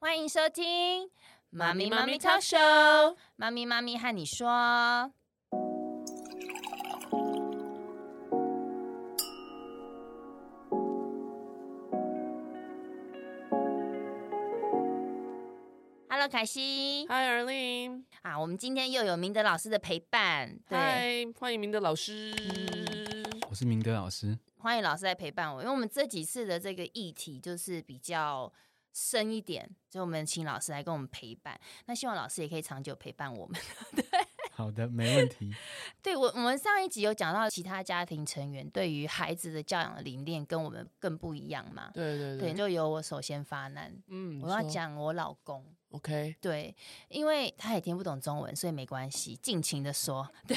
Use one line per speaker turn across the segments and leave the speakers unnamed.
欢迎收听《
妈咪妈咪 Talk
秀》，妈咪妈咪和你说。Hello，凯西
嗨，尔令，
啊，我们今天又有明德老师的陪伴，对，嗯
嗨，欢迎明德老师。
我是明德老师，
欢迎老师来陪伴我，因为我们这几次的这个议题就是比较深一点，所以我们请老师来跟我们陪伴。那希望老师也可以长久陪伴我们。
好的，没问题。
对我，我们上一集有讲到其他家庭成员对于孩子的教养的理念跟我们更不一样嘛？
对对
对，，就由我首先发难，
嗯
我要
你说
讲我老公。
，OK，
对，因为他也听不懂中文，所以没关系，尽情的说。 对，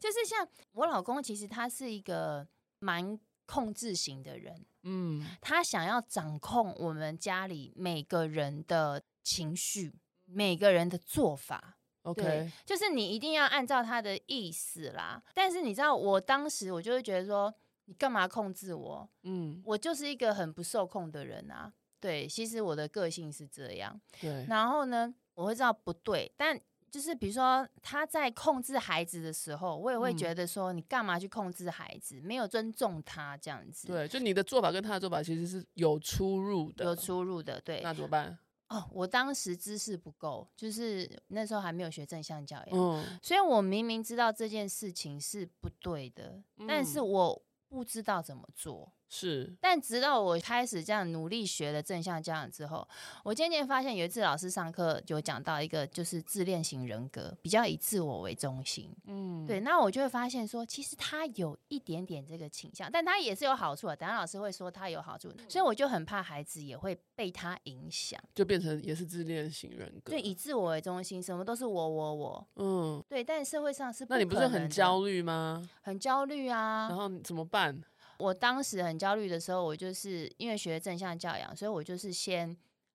就是像我老公，其实他是一个蛮控制型的人，
嗯
他想要掌控我们家里每个人的情绪，每个人的做法。对
，OK，，
就是你一定要按照他的意思啦。但是你知道，我当时我就会觉得说，你干嘛控制我？
嗯，
我就是一个很不受控的人啊。对，其实我的个性是这样。
对，
然后呢，我会知道不对，但就是比如说他在控制孩子的时候，我也会
嗯
觉得说，你干嘛去控制孩子？没有尊重他这样子，，
对，就你的做法跟他的做法其实是有出入的，
有，出入的，对。
那怎么办？
哦，我当时知识不够，就是那时候还没有学正向教养。
嗯，
所以我明明知道这件事情是不对的，但是
嗯
我不知道怎么做。
是，
但直到我开始这样努力学了正向教养之后，我渐渐发现有一次老师上课有讲到一个就是自恋型人格，比较以自我为中心。
嗯，
对，那我就会发现说，其实他有一点点这个倾向，但他也是有好处的。啊等一下老师会说他有好处，所以我就很怕孩子也会被他影响。
就变成也是自恋型人格
对，，以自我为中心，什么都是我我我。
嗯，
对，但社会上是
那你
不
不
可
是
能
很
的
焦虑吗？
很焦虑
然
啊。
后你怎么办？
我当时很焦虑的时候，我就是因为学正向教养，所以我就是先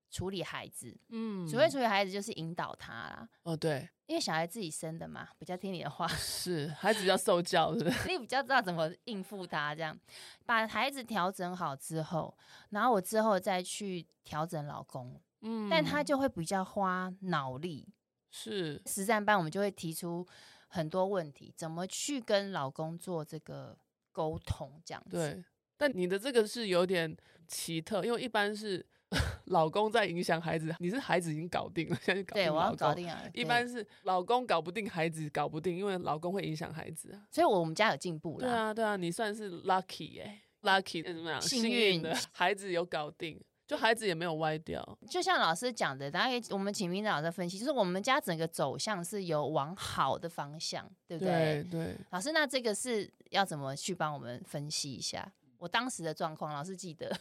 处理孩子。
嗯
所谓处理孩子，就是引导他啦。
哦，对，
因为小孩自己生的嘛，比较听你的话，
是孩子比较受教，是不是？
你比较知道怎么应付他。这样把孩子调整好之后，然后我之后再去调整老公，
嗯
但他就会比较花脑力。
是
实战班我们就会提出很多问题，怎么去跟老公做这个沟通，这样子。
对，但你的这个是有点奇特，因为一般是 老公在影响孩子，你是孩子已经搞定了，现在就搞
对，
定
我
老
要
公。
搞定啊。
一
对
般是老公搞不定，孩子搞不定，因为老公会影响孩子啊。
所以我们家有进步
对
啦。
啊，对啊，你算是 lucky 哎、lucky 呃怎么样？
幸
幸运
运
的 孩子有搞定，就孩子也没有歪掉。
就像老师讲的，大概我们请明老师分析，就是我们家整个走向是有往好的方向，对不对？
对对，
老师，那这个是要怎么去帮我们分析一下我当时的状况？老师记 得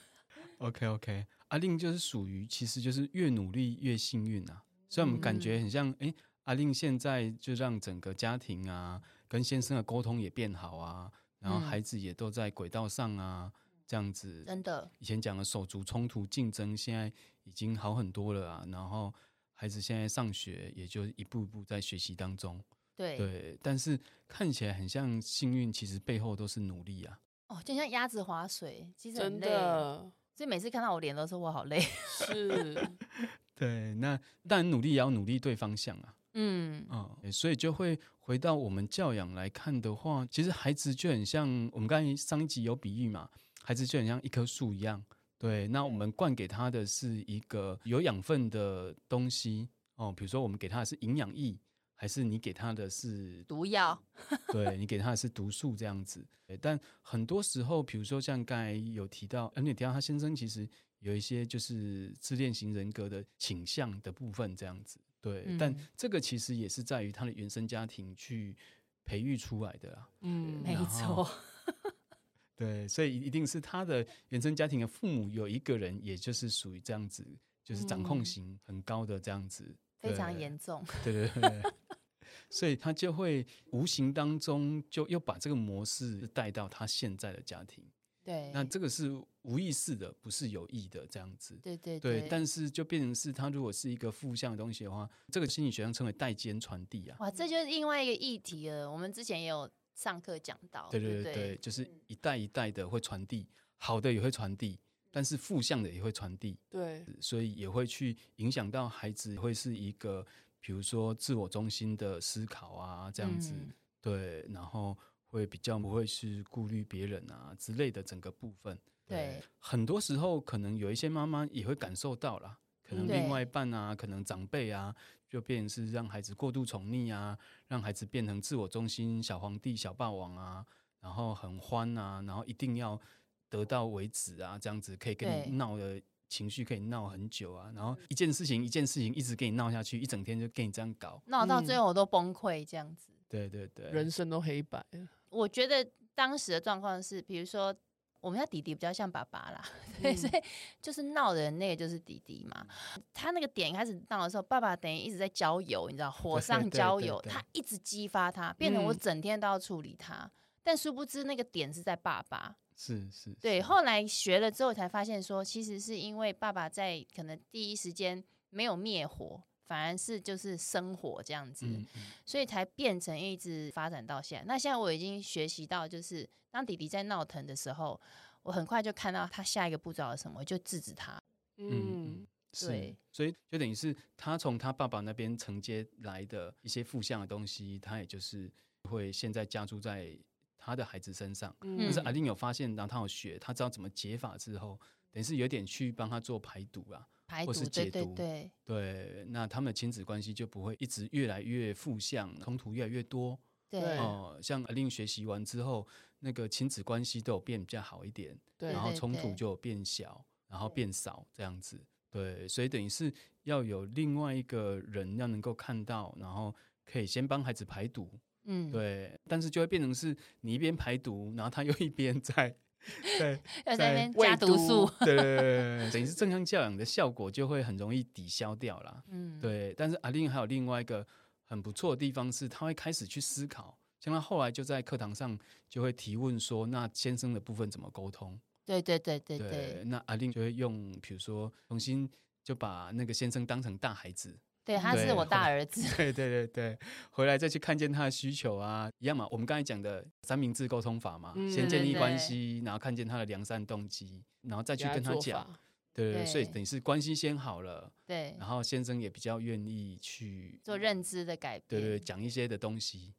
OK OK，阿令就是属于，其实就是越努力越幸运啊。虽然我们感
嗯
觉很像，哎、阿令现在就让整个家庭啊，跟先生的沟通也变好啊，然后
嗯
孩子也都在轨道上啊，这样子。
真的
以前讲的手足冲突、竞争，现在已经好很多了啊。然后孩子现在上学，也就一步一步在学习当中。
对
对，但是看起来很像幸运，其实背后都是努力啊。
哦，就像鸭子划水，其实很
真
累，
的
所以每次看到我脸都说我好累。
是
对，那当然努力也要努力对方向啊，
嗯，
嗯，诶所以就会回到我们教养来看的话，其实孩子就很像我们刚才上一集有比喻嘛，孩子就很像一棵树一样，对，那我们灌给他的是一个有养分的东西哦，比如说我们给他的是营养液，还是你给他的是
毒药，
对你给他的是毒素这样子。对但很多时候，比如说像刚才有提到，呃恩、你有提到他先生其实有一些就是自恋型人格的倾向的部分这样子。对，但
嗯
这个其实也是在于他的原生家庭去培育出来的啦。
嗯
没
然后
错，
对，所以一定是他的原生家庭的父母有一个人，也就是属于这样子，就是掌控
嗯
型很高的这样子，
非常
对
严重。
对对对对，所以他就会无形当中就又把这个模式带到他现在的家庭。
对，
那这个是无意识的，不是有意的这样子。
对对
对，但是就变成是他如果是一个负向的东西的话，这个心理学上称为代间传递啊。
哇，这就是另外一个议题了。我们之前也有上课讲到，
对
哦对
对
不
对对，就是一代一代的会传递，好的也会传递，但是负向的也会传递，
对，
所以也会去影响到孩子，会是一个比如说自我中心的思考啊，这样子，
嗯
对，然后会比较不会是顾虑别人啊之类的整个部分。
对，
很多时候可能有一些妈妈也会感受到啦，可
嗯
能
对
另外一半啊，可能长辈啊，就变成是让孩子过度宠溺啊，让孩子变成自我中心、小皇帝、小霸王啊，然后很欢啊，然后一定要得到为止啊，这样子可以跟
对
你闹的。情绪可以闹很久啊，然后一件事情一件事情一直给你闹下去，一整天就给你这样搞。
闹到最后我都崩溃这样子。
对对对，
人生都黑白了，
我觉得当时的状况是，比如说我们家弟弟比较像爸爸啦，对，
嗯
所以就是闹的人那个就是弟弟嘛。他那个点开始闹的时候，爸爸等于一直在浇油，你知道，火上
对对
浇
对
油，
对
他一直激发他，变成我
嗯
整天都要处理他。但殊不知那个点是在爸爸，
是是，
对。
是
后来学了之后才发现说，其实是因为爸爸在可能第一时间没有灭火，反而是就是生火这样子。
嗯嗯
所以才变成一直发展到现在。那现在我已经学习到，就是当弟弟在闹腾的时候，我很快就看到他下一个步骤是什么，我就制止他。
嗯
嗯
嗯，是
对，
所以就等于是他从他爸爸那边承接来的一些负向的东西，他也就是会现在加注在他的孩子身上。
嗯
但是阿丁有发现，然后他有学，他知道怎么解法之后，等于是有点去帮他做排毒啊。
排毒
或，是
对
解
对
毒
对，
对，那他们的亲子关系就不会一直越来越负向，冲突越来越多。
对
对
哦、像阿令学习完之后，那个亲子关系都有变比较好一点。
对
然后
对
冲突
对
就有变小，然后变少这样子。对，所以等于是要有另外一个人要能够看到，然后可以先帮孩子排毒。
嗯，
对，但是就会变成是你一边排毒，然后他又一 边在对
要在那边
喂
加毒素，
对对对对对，等于是正向教养的效果就会很容易抵消掉啦。
嗯，
对，但是阿令还有另外一个很不错的地方是，他会开始去思考。像他后来就在课堂上就会提问说，那先生的部分怎么沟通？
对对对对
对
对，
那阿令就会用，比如说重新就把那个先生当成大孩子，
对，他是
对
我
后
大
来
儿子，
对对对对，回来再去看见他的需求啊，一样嘛。我们刚才讲的三明治沟通法嘛，
嗯
先建立
对对
关系，然后看见他的良善动机，然后再去
给
跟他
做
讲，
法，
对对对，所以
对
等于是关系先好了，
对，
然后先生也比较愿意去
做认知的改
对
变，
对，讲一些的东西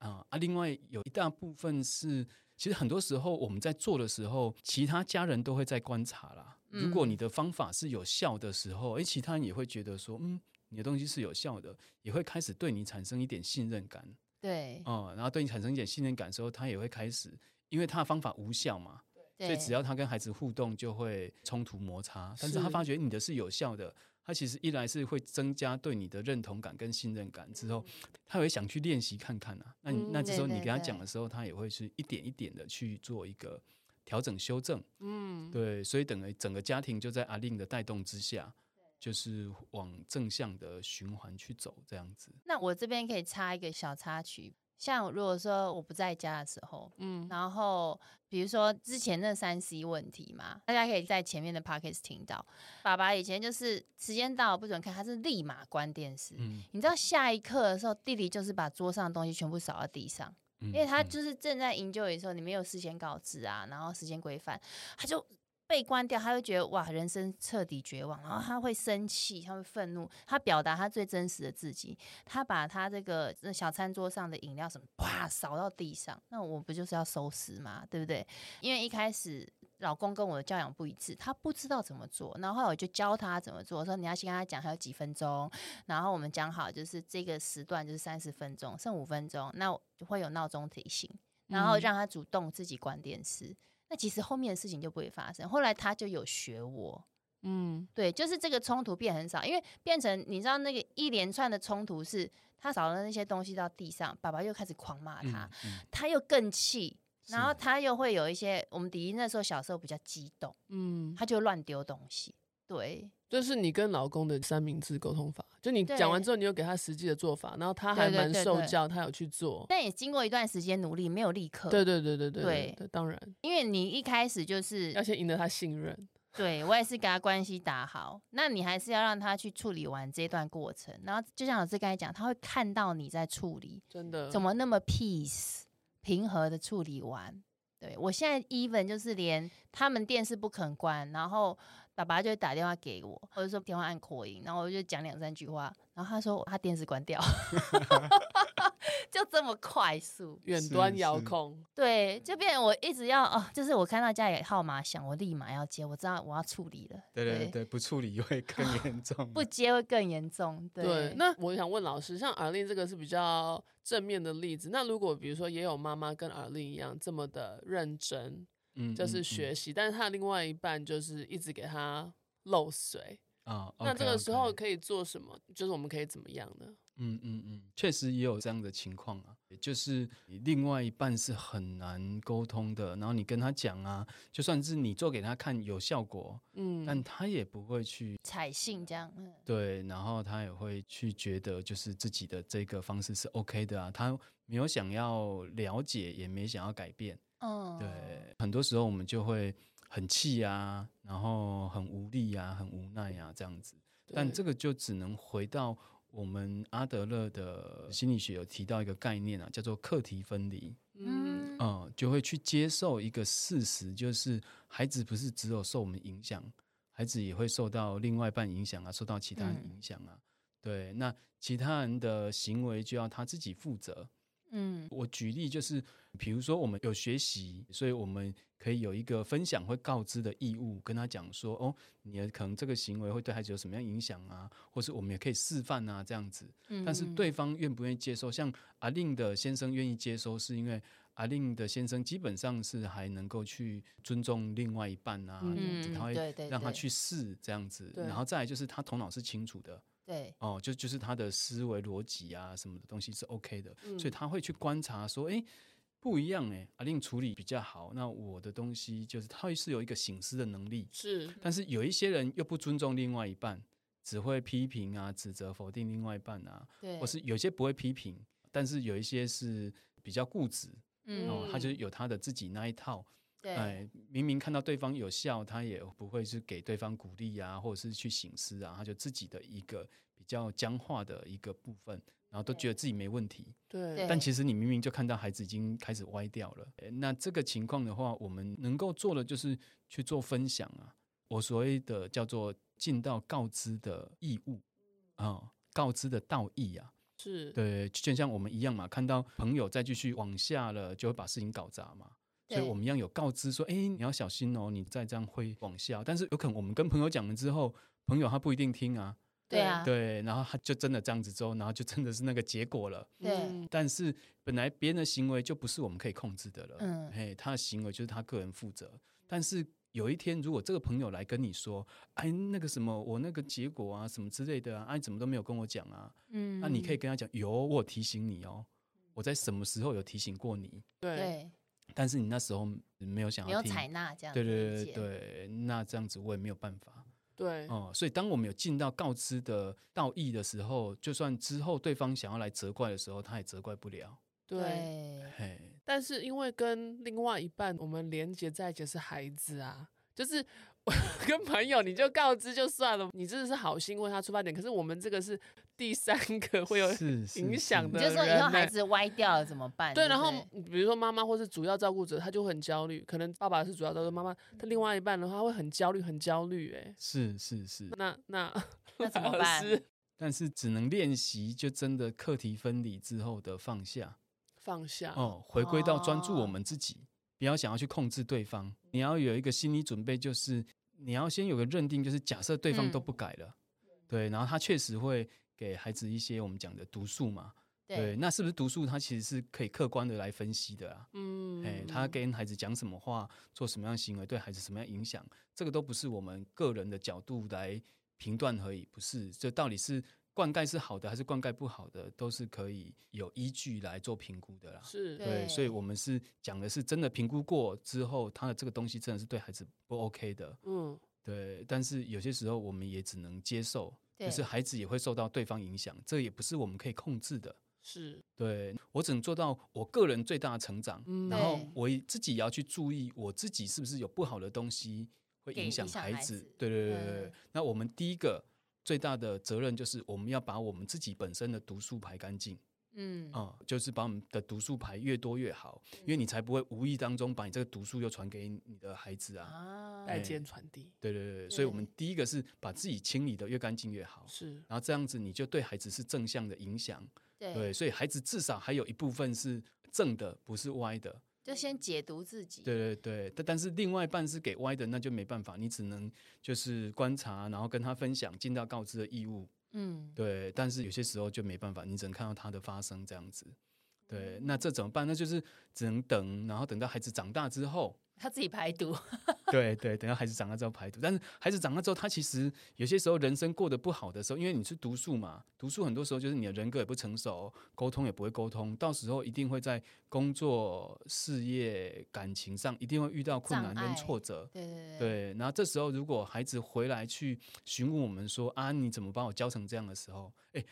啊啊。另外有一大部分是，其实很多时候我们在做的时候，其他家人都会在观察啦。如果
嗯
你的方法是有效的时候，诶，其他人也会觉得说，嗯，你的东西是有效的，也会开始对你产生一点信任感
对
啊、然后对你产生一点信任感的时候，他也会开始，因为他的方法无效嘛，
对，
所以只要他跟孩子互动，就会冲突摩擦。但是他
是
发觉你的是有效的，他其实一来是会增加对你的认同感跟信任感，之后他也会想去练习看看啊。那你那
嗯
这时候
嗯对
你
对
给他
对
讲的时候，他也会是一点一点的去做一个调整修正。
嗯，
对，所以等于整个家庭就在阿令的带动之下，就是往正向的循环去走，这样子。
那我这边可以插一个小插曲，像如果说我不在家的时候，
嗯，
然后比如说之前那三 C 问题嘛，大家可以在前面的 podcast 听到，爸爸以前就是时间到了不准看，他是立马关电视。
嗯，
你知道下一刻的时候，弟弟就是把桌上的东西全部扫到地上，
因
因为
嗯
他就是正在 enjoy 的时候，你没有事先告知啊，然后时间规范，他就被关掉，他会觉得哇，人生彻底绝望，然后他会生气，他会愤怒，他表达他最真实的自己，他把他这个这小餐桌上的饮料什么啪扫到地上，那我不就是要收拾嘛，对不对？因为一开始老公跟我的教养不一致，他不知道怎么做，然后后来我就教他怎么做，我说你要先跟他讲还有几分钟，然后我们讲好就是这个时段就是三十分钟，剩五分钟，那我就会有闹钟提醒，然后
嗯
让他主动自己关电视。那其实后面的事情就不会发生。后来他就有学我，
嗯，
对，就是这个冲突变很少，因为变成你知道那个一连串的冲突是他扫了那些东西到地上，爸爸又开始狂骂他，
嗯
他又更气，然后
是
他又会有一些我们迪迪那时候小时候比较激动，
嗯，
他就乱丢东西，对
这是你跟老公的三明治沟通法，就你讲完之后，你有给他实际的做法，然后他还
对对
蛮
对
受
对
教，他有去做。
但也经过一段时间努力，没有立刻，
对对对对对
对
对，当然
因为你一开始就是
要先赢得他信任。
对我也是给他关系打好，那你还是要让他去处理完这段过程，然后就像老师刚才讲，他会看到你在处理，
嗯
真的，
怎么那么 peace 平和的处理完，对我现在 even 就是连他们店是不肯关，然后爸爸就会打电话给我，我就说电话按扩音，然后我就讲两三句话，然后他说他电视关 掉，就这么快速。
远
是
端遥
是
控，
对，
嗯
就变成我一直要哦，就是我看到家里号码响，我立马要接，我知道我要处理了。
对对对，不处理会更 严重。啊
不接会更严重。对，
对，那我想问老师，像尔令这个是比较正面的例子。那如果比如说也有妈妈跟尔令一样这么的认真，
嗯
就是学习，但是她另外一半就是一直给她漏水。
啊。
那这
OK，OK
个时候可以做什么？就是我们可以怎么样呢？
嗯嗯嗯，确实也有这样的情况啊，也就是你另外一半是很难沟通的，然后你跟他讲啊，就算是你做给他看有效果，但
嗯，
他也不会去
采信这样，嗯
对，然后他也会去觉得就是自己的这个方式是 OK 的啊，他没有想要了解，也没想要改变，
嗯，
对，
哦
很多时候我们就会很气啊，然后很无力啊，很无奈啊这样子。但
对
这个就只能回到我们阿德勒的心理学有提到一个概念啊，叫做课题分离。
嗯，
嗯
嗯，就会去接受一个事实，就是孩子不是只有受我们影响，孩子也会受到另外一半影响啊，受到其他人
嗯
影响啊。对，那其他人的行为就要他自己负责。
嗯
我举例就是，比如说我们有学习，所以我们可以有一个分享会告知的义务，跟他讲说，哦，你的可能这个行为会对孩子有什么样影响啊，或是我们也可以示范啊，这样子。
嗯，
但是
嗯，
对方愿不愿意接受，像阿令的先生愿意接收，是因为阿令的先生基本上是还能够去尊重另外一半啊，
嗯
这样子
嗯，
他
嗯
会
对对，
让他
对
去试这样子，
对
然后再来就是他头脑是清楚的，
对，
哦，就就是他的思维逻辑啊，什么的东西是 OK 的，所以
嗯
他会去观察说，哎、不一样哎、阿令处理比较好，那我的东西就是他会是有一个醒思的能力，
是，
但是有一些人又不尊重另外一半，只会批评啊、指责、否定另外一半啊，
对，
或是有些不会批评，但是有一些是比较固执哦，
嗯，
他就是有他的自己那一套，
对，
哎，明明看到对方有笑，他也不会是给对方鼓励啊，或者是去醒思啊，他就自己的一个比较僵化的一个部分，然后都觉得自己没问题。
对，
对
但其实你明明就看到孩子已经开始歪掉了。哎那这个情况的话，我们能够做的就是去做分享啊，我所谓的叫做尽到告知的义务啊、告知的道义啊。
是，
对，就像我们一样嘛，看到朋友再继续往下了，就会把事情搞砸嘛。所以
对
我们一样有告知说，哎，你要小心哦，你再这样会往下。但是有可能我们跟朋友讲了之后，朋友他不一定听啊，
对啊，
对，然后他就真的这样子之后，然后就真的是那个结果了。
对
嗯
但是本来别人的行为就不是我们可以控制的了，
嗯
嘿，他的行为就是他个人负责。但是有一天，如果这个朋友来跟你说，哎，那个什么，我那个结果啊，什么之类的啊，哎、你怎么都没有跟我讲啊？
嗯，
那、你可以跟他讲，有，我有提醒你哦，我在什么时候有提醒过你，
对，
对，
但是你那时候没有想
没
要
有
听。
采纳这样的
对
意
对
见，
对对，那这样子我也没有办法
对，
哦、所以当我们有尽到告知的道义的时候，就算之后对方想要来责怪的时候，他也责怪不了。
对。
对
嘿，
但是因为跟另外一半我们连接在一起的是孩子啊，就是 跟朋友你就告知就算了，你真的是好心为他出发点，可是我们这个是第三个会有
是
影响
你
的
就说以后
人呢
孩子歪掉了怎么办？
对，
对不对，
然后比如说妈妈或是主要照顾者，他就会很焦虑，可能爸爸是主要照顾者妈妈，
嗯
他另外一半的话会很焦虑，很焦虑、欸。
是是是，
那那
那怎么
老
办？
师
但是只能练习，就真的课题分离之后的放下
放下，
哦，回归到专注
哦
我们自己，不要想要去控制对方。你要有一个心理准备，就是你要先有个认定，就是假设对方都
嗯
不改了，对，然后他确实会给孩子一些我们讲的毒素嘛，对，
对，
那是不是毒素？它其实是可以客观的来分析的啊。
嗯，
哎、他跟孩子讲什么话，做什么样的行为，对孩子什么样影响，这个都不是我们个人的角度来评断而已，不是。这到底是灌溉是好的还是灌溉不好的，都是可以有依据来做评估的啦。
是
对
对，所以我们是讲的是真的评估过之后，他的这个东西真的是对孩子不 OK 的。
嗯，
对，但是有些时候我们也只能接受，就
对
是孩子也会受到对方影响，这也不是我们可以控制的。
是，
对我只能做到我个人最大的成长，
嗯
然后
对
我也自己也要去注意我自己是不是有不好的东西会
给
影响
影响
孩
孩
子。
子
对对对对对
嗯
那我们第一个最大的责任就是我们要把我们自己本身的毒素排干净。
嗯，
啊、就是把我们的读数排越多越好，因为你才不会无意当中把你这个读数又传给你的孩子啊。
啊，
代
哎
间传递
对对对对，所以我们第一个是把自己清理的越干净越好，
嗯
是
然后这样子你就对孩子是正向的影响。对，
对，
所以孩子至少还有一部分是正的，不是歪的。
就先解读自己，
对对对，但但是另外一半是给歪的，那就没办法，你只能就是观察，然后跟他分享，尽到告知的义务。
嗯，
对，但是有些时候就没办法，你只能看到它的发生这样子。对，那这怎么办？那就是只能等，然后等到孩子长大之后，
他自己排毒，
对对，等到孩子长大之后排毒。但是孩子长大之后，他其实有些时候人生过得不好的时候，因为你是读书嘛，读书很多时候就是你的人格也不成熟，沟通也不会沟通，到时候一定会在工作、事业、感情上一定会遇到困
障
难
碍
跟挫折。
对对对，
对，然后这时候如果孩子回来去询问我们说啊，你怎么把我教成这样的时候，哎，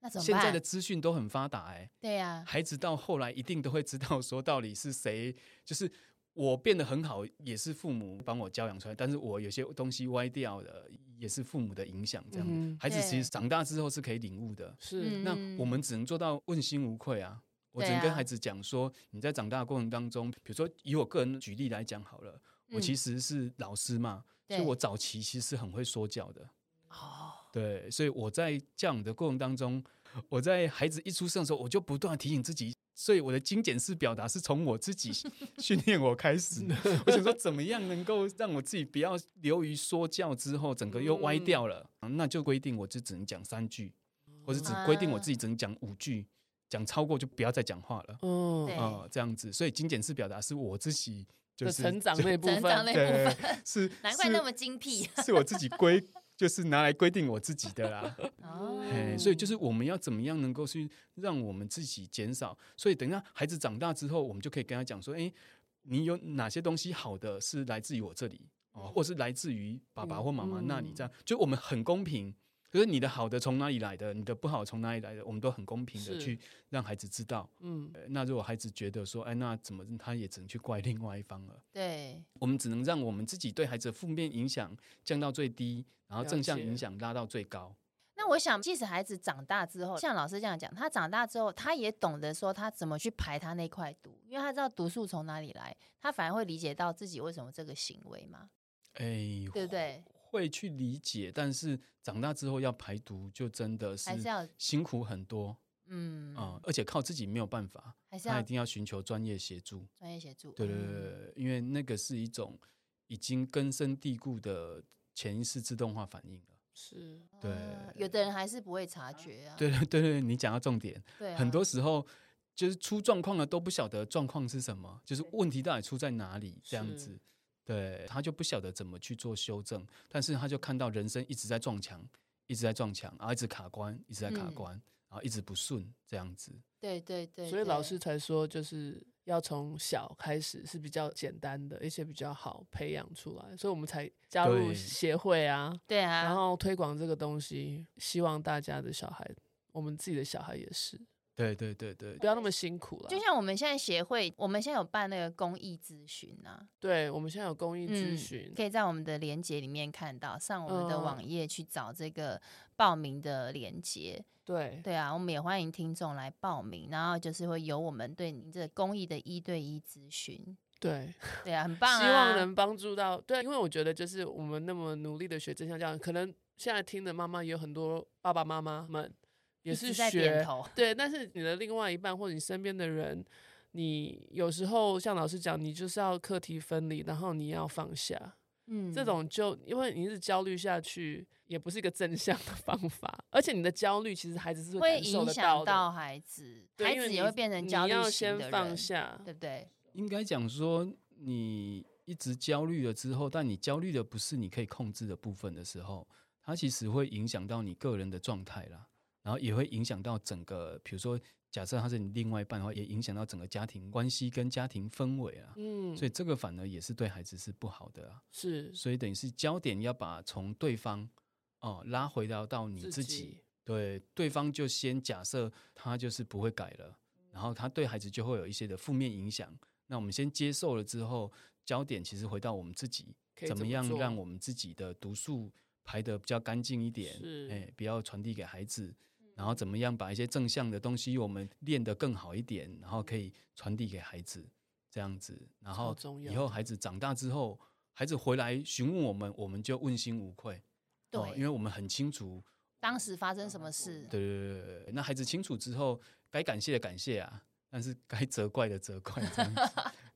那怎么
现在
办
的？资讯都很发达、哎，
对啊呀，
孩子到后来一定都会知道说到底是谁，就是我变得很好，也是父母帮我教养出来，但是我有些东西歪掉的，也是父母的影响。这样，
嗯哼
孩子其
对
实长大之后是可以领悟的。
是
嗯
那我们只能做到问心无愧啊。我
对
只能跟
啊
孩子讲说，你在长大的过程当中，比如说以我个人举例来讲好了，我
嗯
其实是老师嘛，所以
对
我早期其实很会说教的。
哦，
对，所以我在教养的过程当中，我在孩子一出生的时候，我就不断地提醒自己，所以我的精简式表达是从我自己训练我开始的。我想说，怎么样能够让我自己不要流于说教之后，整个又歪
嗯
掉了？嗯那就规定我就只能讲三句，或者只规定我
啊
自己只能讲五句，讲超过就不要再讲话了。
嗯
对
啊、这样子，所以精简式表达是我自己就
的
是
成长那部
成长
分
那部分，
对是
难怪
是
那么精辟
是我自己规，就是拿来规定我自己的啦。
哦，
嘿，哎所以就是
嗯
我们要怎么样能够去让我们自己减少，所以等一下孩子长大之后，我们就可以跟他讲说，哎、你有哪些东西好的是来自于我这里哦，或是来自于爸爸
嗯
或妈妈那里，
嗯
这样就我们很公平。就是你的好的从哪里来的，你的不好从哪里来的，我们都很公平的
是
去让孩子知道。
嗯
呃那如果孩子觉得说，哎，那怎么他也只能去怪另外一方了？
对，
我们只能让我们自己对孩子的负面影响降到最低，然后
了
正向
解
影响拉到最高。
那我想，即使孩子长大之后，像老师这样讲，他长大之后，他也懂得说他怎么去排他那块毒，因为他知道毒素从哪里来，他反而会理解到自己为什么这个行为嘛，
哎、
对不对？
会去理解，但是长大之后要排毒，就真的是
还是要
辛苦很多
嗯，
啊、而且靠自己没有办法，
还是
他
要
一定要寻求专业协助。
专业协助。
对对对
嗯，
对，因为那个是一种已经根深蒂固的潜意识自动化反应了。
是
对
啊有的人还是不会察觉啊。
对对对对，你讲到重点，
对啊，
很多时候。就是出状况了都不晓得状况是什么，就是问题到底出在哪里这样
是
子，对他就不晓得怎么去做修正，但是他就看到人生一直在撞墙，一直在撞墙，然后一直卡关，一直在卡
嗯
关，然后一直不顺这样子，
对对对，
所以老
对
师才说，就是要从小开始是比较简单的，而且比较好培养出来，所以我们才加入
对
协会啊，
对啊，
然后推广这个东西，希望大家的小孩，我们自己的小孩也是，
对对对对
不要那么辛苦了。
就像我们现在协会，我们现在有办那个公益咨询啊，嗯
对我们现在有公益咨询，
可以在我们的连接里面看到，上我们的
嗯
网页去找这个报名的连接。
对
对啊，我们也欢迎听众来报名，然后就是会有我们对您这公益的一对一咨询。
对，
对啊，很棒、啊，
希望能帮助到对，因为我觉得就是我们那么努力的学正向教养，可能现在听的妈妈也有很多爸爸妈妈们也
一
是
直在
学
点头。
对，但是你的另外一半或者你身边的人，你有时候像老师讲，你就是要课题分离，然后你要放下，
嗯，
这种就因为你一直焦虑下去，也不是一个正向的 方法，而且你的焦虑其实孩子是
会
感受
影
得
响
到的，
到孩子，
对
孩
因为
子
你
也会变成焦虑
你要
型
先
的
放
人，
下，
对不对？
应该讲说你一直焦虑了之后，但你焦虑的不是你可以控制的部分的时候，它其实会影响到你个人的状态啦，然后也会影响到整个，比如说假设他是你另外一半的话，也影响到整个家庭关系跟家庭氛围啊。
嗯，
所以这个反而也是对孩子是不好的啊，
是
所以等于是焦点要把从对方哦、拉回到到你自己，对，对方就先假设他就是不会改了，然后他对孩子就会有一些的负面影响。那我们先接受了之后，焦点其实回到我们自己，
可以
怎么样
做
让我们自己的毒素排得比较干净一点哎
是，
哎，不要传递给孩子。然后怎么样把一些正向的东西我们练得更好一点，然后可以传递给孩子，这样子，然
超
后
重
以
要
后
的
孩子长大之后，孩子回来询问我们，我们就问心无愧，哦
对
因为我们很清楚，
当时发生什么事？
对对对对对，那孩子清楚之后，该感谢的感谢啊，但是该责怪的责怪，这样子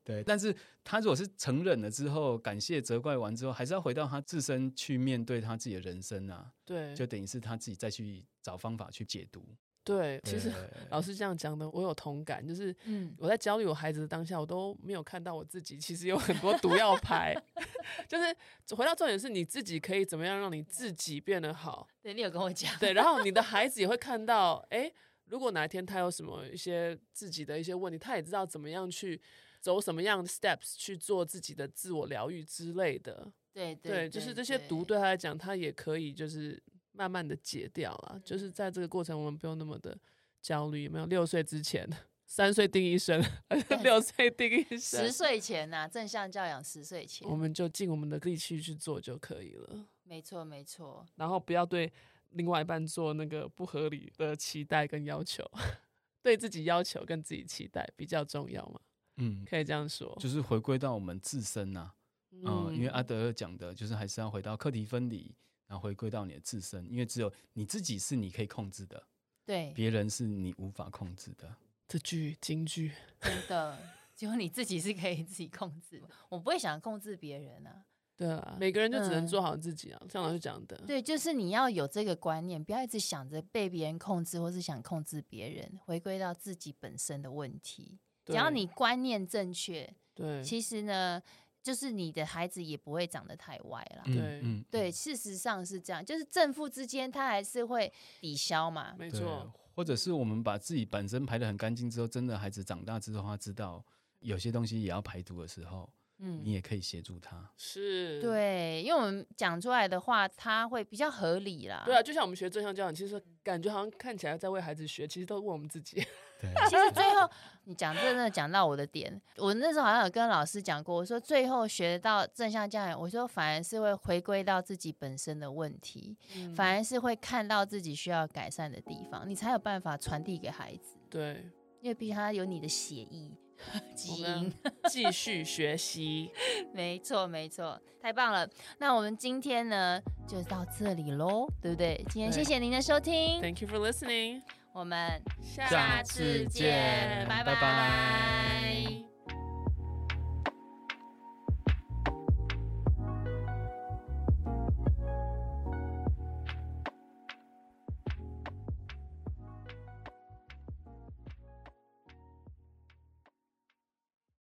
对，但是他如果是承认了之后，感谢责怪完之后，还是要回到他自身去面对他自己的人生啊，
对，
就等于是他自己再去找方法去解读。
对，其实
对
老师这样讲的，我有同感，就是
嗯，
我在教育我孩子的当下，我都没有看到我自己其实有很多毒药牌。 就是回到重点是你自己可以怎么样让你自己变得好，
对你有跟我讲，
对，然后你的孩子也会看到，诶，如果哪一天他有什么一些自己的一些问题，他也知道怎么样去走什么样的 steps 去做自己的自我疗愈之类的。
对
对，就是这些毒对他来讲，他也可以就是慢慢的解掉了。就是在这个过程，我们不用那么的焦虑。有没有六岁之前，三岁定一生，六岁定一生
十，岁前呐、正向教养十岁前
我，们就尽我们的力气去做就可以了。
没错没错，
然后不要对另外一半做那个不合理的期待跟要求， 对自己要求跟自己期待比较重要嘛，
嗯，
可以这样说。
就是回归到我们自身呐、啊，嗯，因为阿德勒讲的就是还是要回到课题分离，然后回归到你的自身，因为只有你自己是你可以控制的，
对，
别人是你无法控制的。
这句金句，
真的， 只有你自己是可以自己控制的，我不会想控制别人啊。
对啊，每个人就只能
嗯
做好自己啊，像老师讲的，
对，就是你要有这个观念，不要一直想着被别人控制，或是想控制别人，回归到自己本身的问题。只
对，
要你观念正确，
对
其实呢，就是你的孩子也不会长得太歪啦。
对
嗯，
对，事实上是这样，就是正负之间，它还是会抵消嘛。
没
对
错，，
或者是我们把自己本身排得很干净之后，真的孩子长大之后，他知道有些东西也要排毒的时候，你
嗯，
也可以协助他。
是，。
对，因为我们讲出来的话，它会比较合理啦。
对啊，就像我们学正向教养，其实感觉好像看起来在为孩子学，其实都问我们自己。
对，
其实最后你讲真的讲到我的点，我那时候好像有跟老师讲过，我说最后学到正向教养，我说反而是会回归到自己本身的问题，
嗯
反而是会看到自己需要改善的地方，你才有办法传递给孩子，
对，
因为毕竟他有你的血液基
我
因
们。要继续学习。
没错，没错，太棒了。那我们今天呢就到这里喽，对不对？今天谢
对
谢您的收听，
Thank you for listening，
我们
下
下次见拜拜